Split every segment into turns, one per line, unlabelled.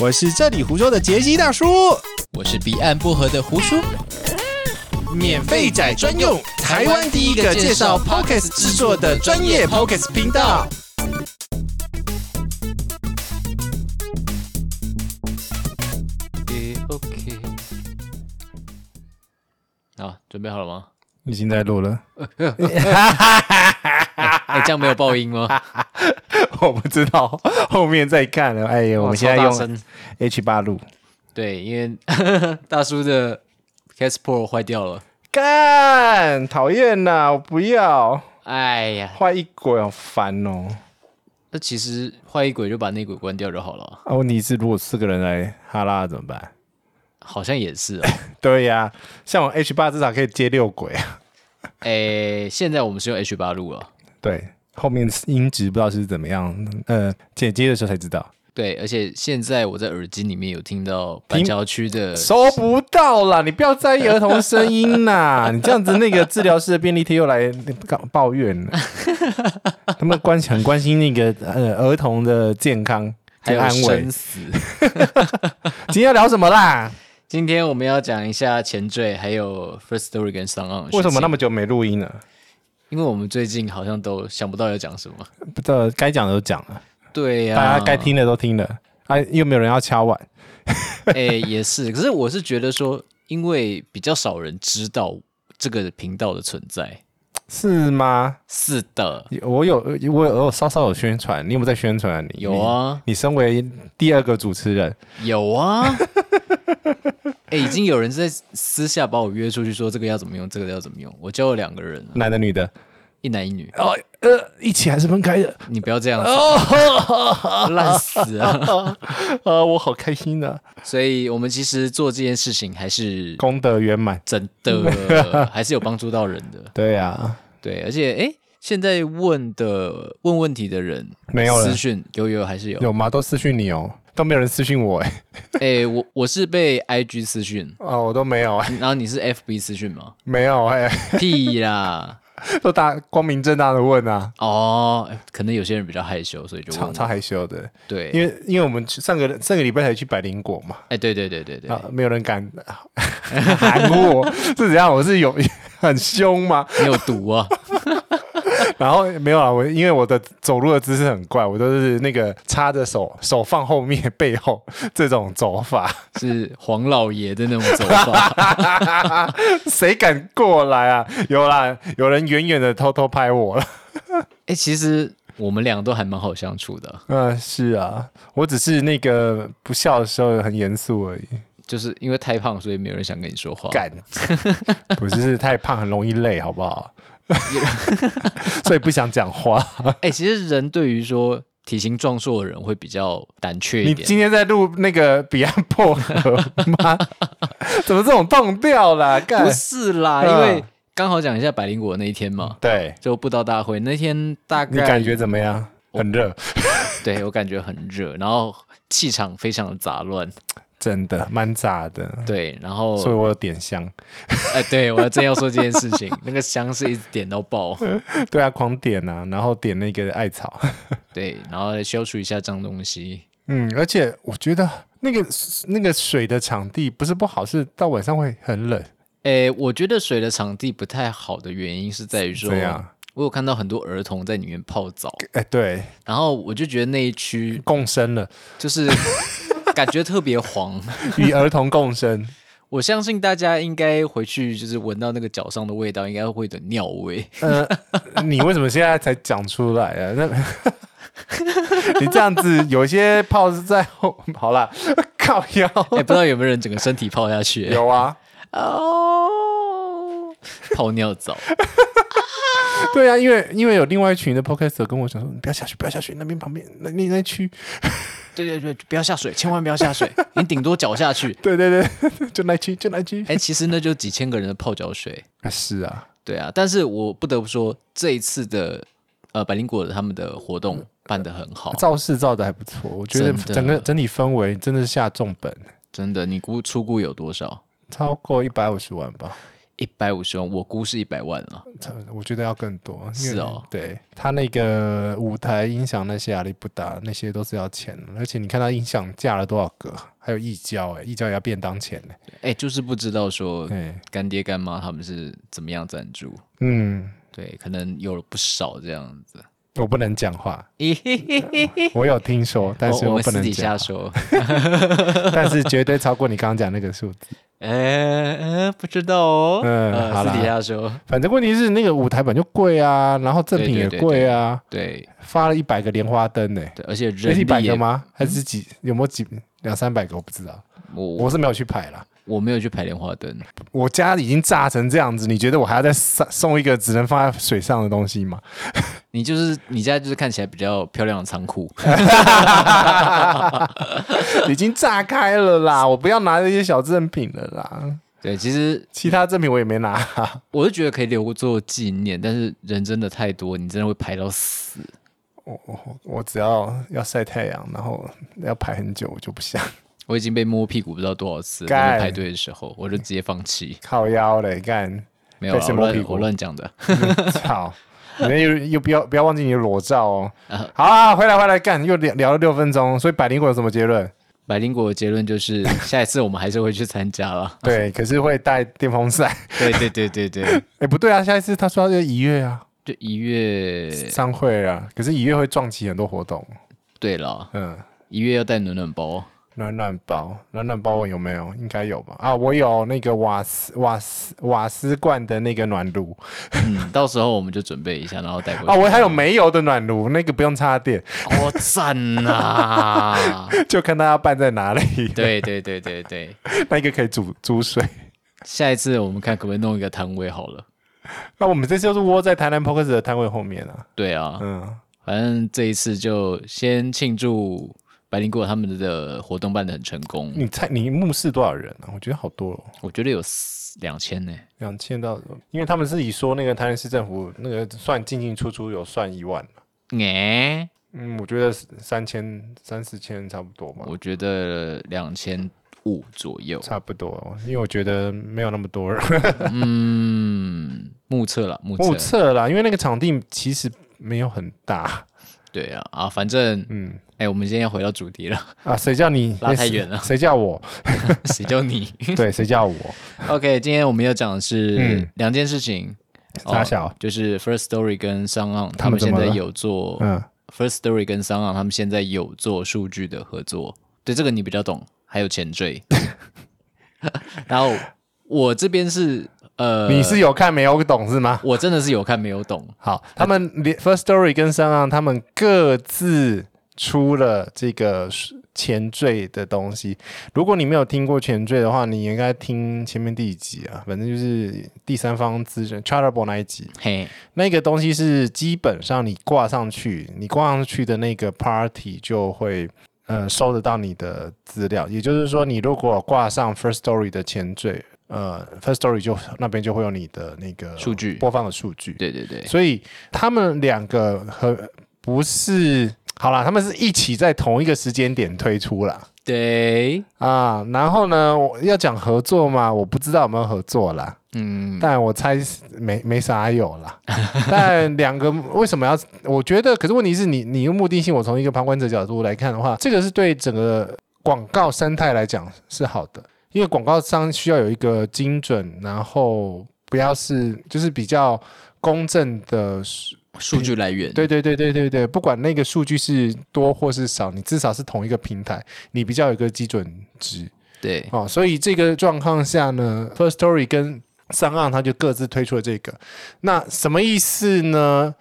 我是这里胡说的杰西大叔，
我是彼岸薄荷的胡叔，
免费仔专用，台湾第一个介绍 Podcast 制作的专业 Podcast 频道。
诶 OK，好，准备好了吗？
已经在录了，啊
哎、这样没有爆音吗？
我不知道后面再看了。哎呦，我
哇
们现在
超大
用
声
H 八录，
对，因为 大叔的 Cast Pro 坏掉了。
干，讨厌呐，我不要，
哎呀，
坏一鬼好烦哦。
那其实坏一鬼就把内鬼关掉就好了，
啊，问题是如果四个人来哈拉怎么办？
好像 也是哦。
对呀、像我 H 八至少可以接六轨啊。
哎，现在我们是用 H 八录啊了，
对，后面音质不知道是怎么样，呃，剪接的时候才知道，
对，而且现在我在耳机里面有听到板桥区 的
收不到啦！你不要在意儿童声音 啦，你这样子那个治疗师的便利贴又来抱 怨了，他们关很关心那个呃儿童的健康
还
还有
有
安慰
生。死。
今天要聊什么啦？
今天我们要讲一下前缀，还有 First Story 跟 s o n On。
为什么那
么？
么久没录音了？
因为我们最近好像都想不到要讲什么。
不知道该讲的都讲了，
对呀、
大家该 听的都听了，啊，又没有人要敲碗。
哎、也是。可是我是觉得说，因为比较少人知道这个频道的存在。
是吗？
是的，
我有，我有，我有稍稍有宣传，你有没有在宣传啊？你
有，啊，
你身为第二个主持人，
有啊。 哎、已经有人在私下把我约出去说这个要怎么用，这个要怎么用。我教了两个人啊，
男的女的，
一男一女，
哦，呃，一起还是分开的？
你不要这样 子，
哦，
烂死啊！
呃，我好开心的、
所以我们其实做这件事情还是
功德圆满。
真的 还是有帮助到人的。
对啊，
对，而且哎，现在问的问问题的人
没有了
私讯，有有还是有。
有吗？都私讯你哦，都没有人私讯我哎，
哎，我我是被 IG 私讯，
哦，我都没有哎，
然后你是 FB 私讯吗？
没有哎，
屁啦！
都大光明正大的问啊，
哦，哎可能有些人比较害羞，所以就
超
问
超
我。
害羞的，因
对，
为因为我们上个上个礼拜才去百灵果嘛，
哎，对对对对对，
啊，没有人敢 喊我，是怎样？我是有 很凶吗？
你有毒啊！
然后没有啊，我因为我的走路的姿势很怪，我都是那个插着手，手放后面背后这种走法，
是黄老爷的那种走 法。
谁敢过来啊？有啦，有人远远的偷偷拍我 了。
哎，其实我们俩都还蛮好相处的，
嗯、是啊，我只是那个不笑的时候很严肃而已。
就是因为太胖，所以没有人想跟你说话。
干， 不是太胖，很容易累，好不 好？所以不想讲话。
哎、其实人对于说体型壮硕的人会比较胆怯一
你
点。
今天在录那个彼岸薄荷吗？ 怎么这种动调啦？干
不，是啦，
嗯
因为刚好讲一下百灵果那一天嘛，
对。
就布道大会那天大概
你感觉怎么样？很热，
对我感觉很热，然后气场非常的杂乱，
真的蛮炸的，
对，然后
嗯所以我有点香。
哎、对我正要说这件事情， 那个香是一直点到爆，
对啊，狂点啊，然后点那个艾草。
对，然后消除一下脏东西，
嗯，而且我觉得那个那个水的场地不是不好，是到晚上会很冷。
哎，我觉得水的场地不太好的原因是在于说
怎样，
我有看到很多儿童在里面泡澡，
哎，对，
然后我就觉得那一区
共生了，
就是 感觉特别黄。
与儿童共生。
我相信大家应该回去就是闻到那个脚上的味道，应该会有点尿 味。
呃，你为什么现在才讲出来啊？那 你这样子，有一些泡是在后，好啦，靠腰。
哎、不知道有没有人整个身体泡下去、
有啊，
哦， 泡尿澡。
对啊，因为因为有另外一群的 podcaster 跟我讲说，你不要下去，不要下去，那边旁边那那那区，
对对对，不要下水，千万不要下 水，你顶多脚下去。
对对对， 就那一区，就那一区。
哎、其实那就几千个人的泡脚水。
啊是啊，
对啊，但是我不得不说，这一次的呃百灵果的他们的活动办得很好，
造势造的还不错，我觉得
真的
整个整体氛围真的是下重本，
真的。你估出估有多少？
超过一百五十万吧。
一百五十万，我估是一百万啊。
我觉得要更多。因为
是哦
对他那个舞台音响那些压力不大，那些都是要钱的，而且你看他音响架了多少个，还有义交哎，义交也要便当钱呢。欸
哎，就是不知道说
对，
干爹干妈他们是怎么样赞助，
嗯，
对，可能有不少这样子。
我不能讲 话，
咦嘿嘿嘿嘿
我有听说，但是
我我们
不
私
能
底下
讲，
说，
但是绝对超过你刚刚讲那个数字。
哎、呃不知道哦。
嗯好
呃，
啦
私底下说，
反正问题是那个舞台本就贵啊，然后赠品也
对对对
贵啊，
对
发了一百个莲花灯呢、
对，而且
有
人
一百
力
个
也，
吗？还是几？有没有几两三百个？我不知道，
我
我是没有去排啦。
我没有去排莲花灯，
我家已经炸成这样子，你觉得我还要再送送一个只能放在水上的东西 吗？
你就是你家就是看起来比较漂亮的仓库，
已经炸开了啦！我不要拿那些小赠品了啦，
对，其实
其他赠品我也没拿。
我是觉得可以留作纪念，但是人真的太多，你真的会排到死。
我我我只要要晒太阳，然后要排很久，我就不想
我已经被摸屁股不知道多少次了，
干
在排队的时候，我就直接放弃，
靠腰 嘞，干
没有啦
被谁
我
摸屁
乱
股
我乱讲的。
操！你们又又不要不要忘记你的裸照 哦
啊。
好啦，回来回来，干又聊聊了六分钟，所以百灵果有什么结论？
百灵果的结论就是，下一次我们还是会去参加了。
对，可是会带电风 扇。
对对对对对，
哎，不对啊，下一次他说要一月啊，
就一月，
商会啊，可是一月会撞起很多活动。
对了，
嗯，
一月要带暖暖包，
暖暖包，暖暖包我有没有？应该有吧？啊，我有那个瓦斯瓦斯瓦斯罐的那个暖炉
嗯，到时候我们就准备一下，然后带过去。
啊，我还有煤油的暖炉，那个不用插电，
哦，赞呐！
就看他要办在哪里。，
对对对对对，
那个可以煮煮水。
下一次我们看可不可以弄一个摊位好了。
那啊我们这次就是窝在台南 p o c a s t 的摊位后面啊。
对啊，
嗯。
反正这一次就先庆祝白灵果他们的活动办得很成功。
你猜你目视多少人啊？我觉得好多哦，
我觉得有两千呢，
两千到，因为他们自己说那个台南市政府那个算进进出出有算一万嘛
哎，
嗯，我觉得三千三四千差不多吧，
我觉得两千五左 右。
差不多，因为我觉得没有那么多人
嗯，目测了，目测。
目测啦，因为那个场地其实没有很大，
对啊，啊，反正
嗯
哎、我们今天要回到主题了，
啊，谁叫你
拉太远了
谁叫 我？
谁叫你
对，谁叫我？
？OK，今天我们要讲的
嗯
是两件事情。哦
傻小
就是 First Story 跟商岸，
他
他
们
们
怎
现
么
在
了
有做、
嗯，
First Story 跟商岸，他们现在有做数据的合作，对这个你比较懂，还有前缀。 然后我这边是呃，
你是有看没有懂是吗？
我真的是有看没有懂，
好，他们连 First Story 跟商岸他们各自出了这个前缀的东西。如果你没有听过前缀的话，你应该听前面第几集啊？反正就是第三方资源 Chartable 那一集，
嘿，
那个东西是基本上你挂上去，你挂上去的那个 Party 就会。呃，收得到你的资料，也就是说，你如果挂上 First Story 的前缀，呃，First Story 就那边就会有你的那个
数据
播放的数据。
对对对，
所以他们两个和不是好啦，他们是一起在同一个时间点推出啦。
对，
啊。然后呢，我要讲合作嘛，我不知道有没有合作啦，
嗯，
但我猜是没没啥有啦。 但两个为什么要？我觉得，可是问题是你你用目的性，我从一个旁观者角度来看的话，这个是对整个广告生态来讲是好的，因为广告商需要有一个精准，然后不要是就是比较公正的
数据来源，
对对对对对对，不管那个数据是多或是少，你至少是同一个平台，你比较有一个基准值
对
哦。所以这个状况下呢，First Story 跟上岸它就各自推出了这个，那什么意思呢？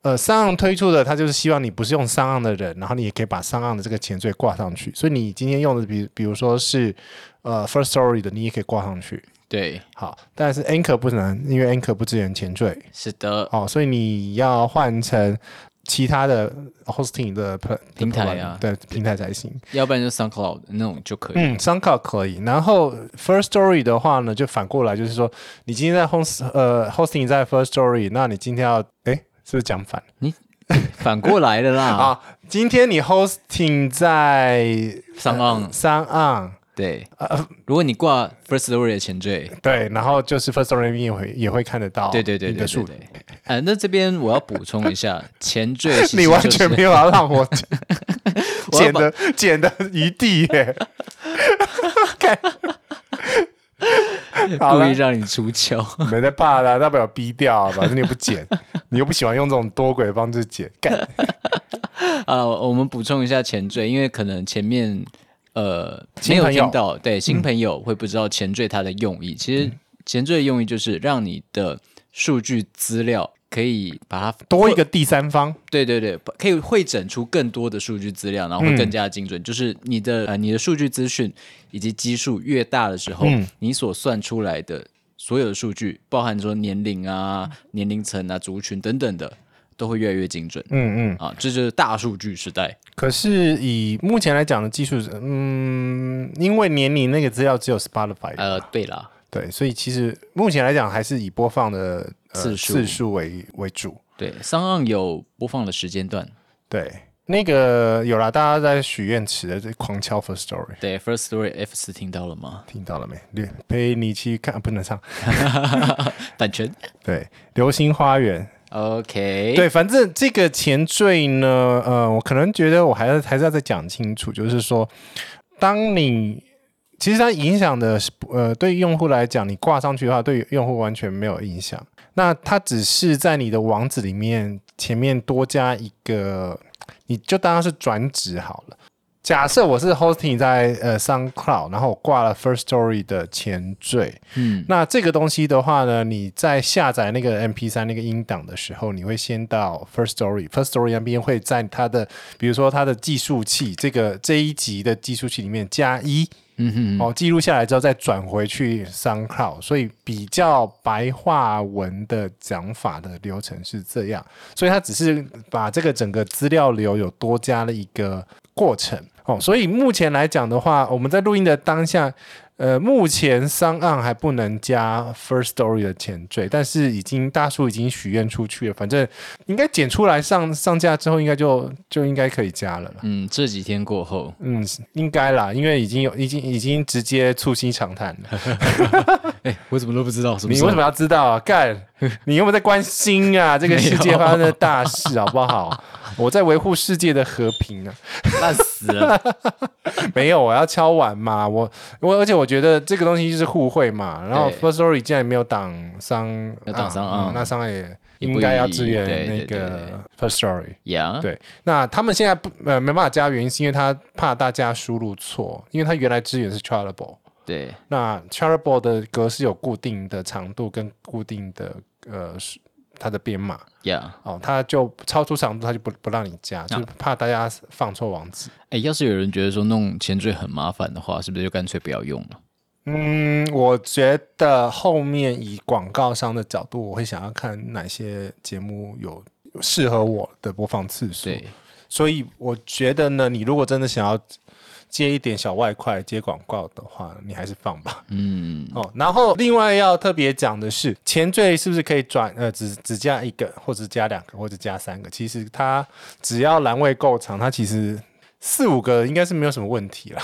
呃，上岸推出的，它就是希望你不是用上岸的人，然后你也可以把上岸的这个前缀挂上去。所以你今天用的比，比如说是呃 First Story 的，你也可以挂上去。
对，
好，但是 Anchor 不能，因为 Anchor 不支援前缀。
是的，
哦，所以你要换成其他的 hosting 的 pla-
平台啊
对平台才行。
要不然就 SoundCloud 那种就可以，
嗯 s o u n d c l o u d 可以。然后 First Story 的话呢，就反过来就是说，你今天在 host 呃 hosting 在 First Story，那你今天要哎是不是讲反啊
反过来的啦，
啊？今天你 hosting 在
商岸
三岸，
对，
啊呃嗯
如果你挂 First Story 的前缀，
对，然后就是 First Story 也会也会看得到，
对对对
哦你
对
的
对
数
对。呃，那这边我要补充 一下，前缀其实
你完全
就是
没有要让我
我要
剪
把
的剪的余地 耶。 好
故
了
意，让你出糗。
没在怕啦，大不了逼掉，啊反正你又不剪，你又不喜欢用这种多轨的方式剪，干
啊，我们补充一下前缀，因为可能前面呃没
新
有
朋友嗯
听到，对新朋友会不知道前缀它的用意。其实前缀的用意就是让你的数据资料可以把它
多一个第三方。
对对对，可以汇整出更多的数据资料，然后会更加精准。就是你的呃你的数据资讯以及基数越大的时候，
嗯
你所算出来的所有的数据，包含说年龄啊、年龄层啊、族群等等的，都会越来越精准。
嗯嗯。
啊，这就是大数据时代。
可是以目前来讲的技术，嗯，因为年龄那个资料只有 Spotify，、
呃，对啦，
对，所以其实目前来讲还是以播放的、呃、
次数
次数为为主。
对，上岸有播放的时间段，
对，那个有啦，大家在许愿池的这狂敲 First Story。
对，First Story F 四听到了吗？
听到了没？对，陪你去看，啊不能唱。
版权
对，《流星花园》
，OK，
对，反正这个前缀呢，呃，我可能觉得我还是还是要再讲清楚，就是说，当你其实它影响的是，呃，对于用户来讲，你挂上去的话，对用户完全没有影响。那它只是在你的网址里面前面多加一个，你就当它是转址好了。假设我是 hosting 在呃 SoundCloud，然后我挂了 First Story 的前缀，
嗯，
那这个东西的话呢，你在下载那个 MP 3那个音档的时候，你会先到 First Story，First Story 那边会在它的，比如说它的计数器这个这一集的计数器里面加一、
嗯哼
哦，记录下来之后再转回去 SoundCloud，所以比较白话文的讲法的流程是这样，所以它只是把这个整个资料流有多加了一个过程哦，所以目前来讲的话，我们在录音的当下，呃，目前商案还不能加 First Story 的前缀，但是已经大叔已经许愿出去了，反正应该剪出来上上架之后，应该就就应该可以加了啦。
嗯，这几天过后，
嗯，应该啦，因为已经有已经已经直接促膝长谈 了。
哎，我怎么都不知道什
你为什么要知道啊？干， 你有没有在关心 啊？这个世界发生的大事好不好？我在维护世界的和平 啊。
烂死了？
没有，我要敲碗嘛。我我而且我觉得这个东西就是互惠嘛。然后
对
First Story 竟然没有挡商，
有挡商
啊
啊
那商也
也
应
不
该要
宜
支援
对
那
对对
个 First Story。
呀，
对那他们现在不呃没办法加原因，是因为他怕大家输入错，因为他原来支援是 Chartable，
对
那 Chartable 的格式有固定的长度跟固定的呃是它的编码
呀，
哦，它就超出长度，它就不不让你加，就是怕大家放错网址。
哎，要是有人觉得说弄前缀很麻烦的话，是不是就干脆不要用了？
嗯，我觉得后面以广告商的角度，我会想要看哪些节目有适合我的播放次数。
对，
所以我觉得呢，你如果真的想要接一点小外快、接广告的话，你还是放吧。
嗯，
哦，然后另外要特别讲的是，前缀是不是可以转？呃，只只加一个，或者加两个，或者加三个？其实它只要栏位够长，它其实四五个应该是没有什么问题啦。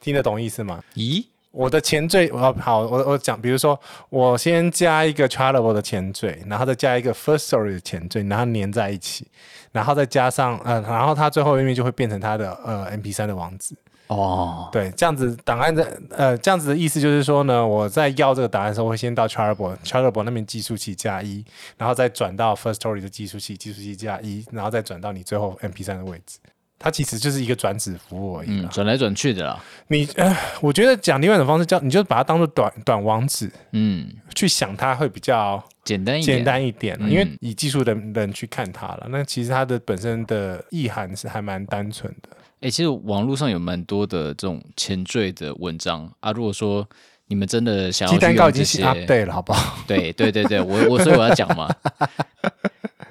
听得懂意思吗？
咦，
我的前缀，我好，我我讲，比如说，我先加一个 Chartable 的前缀，然后再加一个 First Story 的前缀，然后粘在一起，然后再加上呃，然后它最后一面就会变成它的呃 MP3 的网址。
哦，
对，这样子档案在呃，这样子的意思就是说呢，我在要这个档案的时候，会先到 Chartable Chartable 那边计数器加一，然后再转到 First Story 的计数器，计数器加一，然后再转到你最后 MP3 的位置。它其实就是一个转址服务而已啦。
嗯，转来转去的啦，
你、呃，我觉得讲另外一种方式叫，你就把它当做短短网址
嗯，
去想它会比较
简单一点，
简单一点，啊
嗯
因为以技术的人去看它了，那其实它的本身的意涵是还蛮单纯的。
哎、其实网络上有蛮多的这种前缀的文章啊。如果说你们真的想
鸡
要
蛋
去
糕
用
已
这
经啊是
些，
update 了，好不好？
对对对对，我我所以我要讲嘛。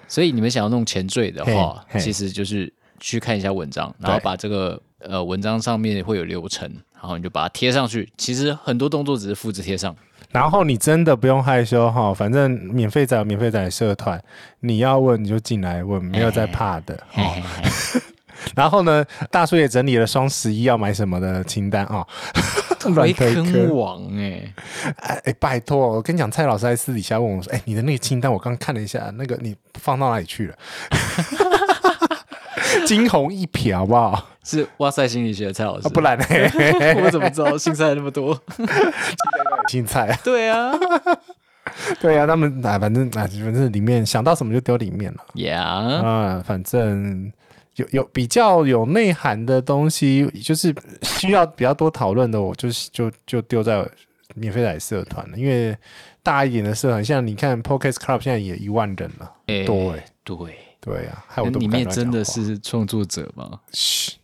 所以你们想要弄前缀的话，
嘿嘿
其实就是去看一下文章，然后把这个呃文章上面会有流程，然后你就把它贴上去。其实很多动作只是复制贴上，
然后你真的不用害羞哈，反正免费仔有免费仔的社团，你要问你就进来问，没有在怕的。
嘿嘿嘿
然后呢，大叔也整理了双十一要买什么的清单啊、 乱
推
推
坑
坑
王哎、
哎哎，拜托，我跟你讲，蔡老师还私底下问我说：“哎，你的那个清单我刚看了一下，那个你放到哪里去了？” 惊鸿一瞥，好不好？啊
是哇塞心理学的蔡老师，
不然呢？
我怎么知道姓蔡那么多？
姓蔡，
对啊
对啊，他们啊，反正啊，反正里面想到什么就丢里面了
，Yeah，
啊、反正有有比较有内涵的东西，就是需要比较多讨论的，我就是就就丢在免费仔社团了，因为大一点的社团，像你看 Podcast Club 现在也一万人了，
哎
多哎、
对，
对啊，害我都
里
不敢
面
乱
真的
讲话
是创作者吗？
嘘。嘘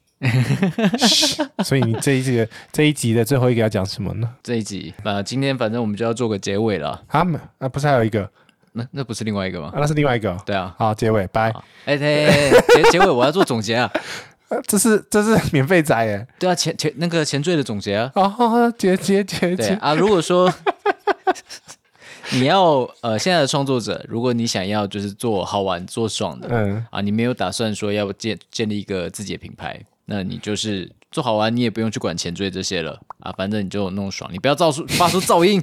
所以你这一集 这一集的最后一个要讲什么呢？
这一集，那今天反正我们就要做个结尾了，
啊，没啊，不是还有一个
那那不是另外一个
啊，
吗？
那是另外一个哦。
对啊，
好，结尾拜。
哎、对，哎哎结结 尾我要做总结啊，
呃这是这是免费仔耶！
对啊，前前那个前缀的总结啊，
哦，结结结
对
结，
啊，如果说 你要呃现在的创作者，如果你想要就是做好玩做爽的，
嗯，
啊，你没有打算说要建建立一个自己的品牌，那你就是做好玩，你也不用去管前缀这些了啊，反正你就弄爽，你不要造出发出噪音。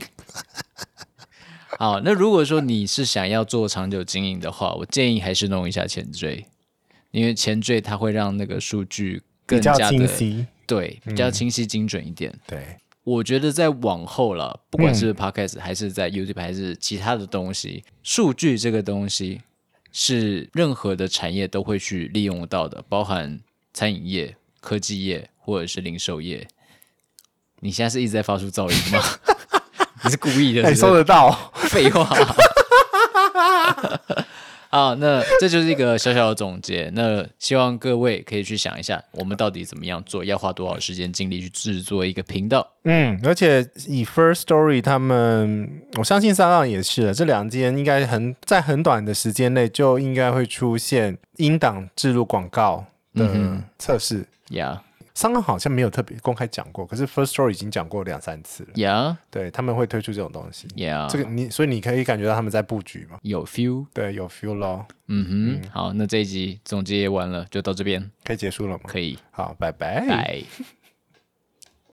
好，那如果说你是想要做长久经营的话，我建议还是弄一下前缀，因为前缀它会让那个数据更
比较
加的
清晰。嗯
对比较清晰精准一点。
对，
我觉得在往后了，不管是 podcast 还是在 YouTube 还是其他的东西，数据这个东西是任何的产业都会去利用到的，包含餐饮业、科技业或者是零售业。你现在是一直在发出噪音吗？你是故意的
哎，
是不
收
是？
得 到。
废话。啊，那这就是一个小小的总结。那希望各位可以去想一下，我们到底怎么样做，要花多少时间精力去制作一个频道。
嗯，而且以 First Story 他们，我相信三浪也是啊的，这两间应该很在很短的时间内就应该会出现音档置入广告的
嗯
测试。
呀
三浪好像没有特别公开讲过，可是 First Story 已经讲过两三次了。
呀
对，他们会推出这种东西。
呀，
这个你，所以你可以感觉到他们在布局嘛？
有 feel。
对，有 feel 咯，
嗯哼，好，那这一集总结完了，就到这边
可以结束了吗？
可以，
好，拜拜。
拜。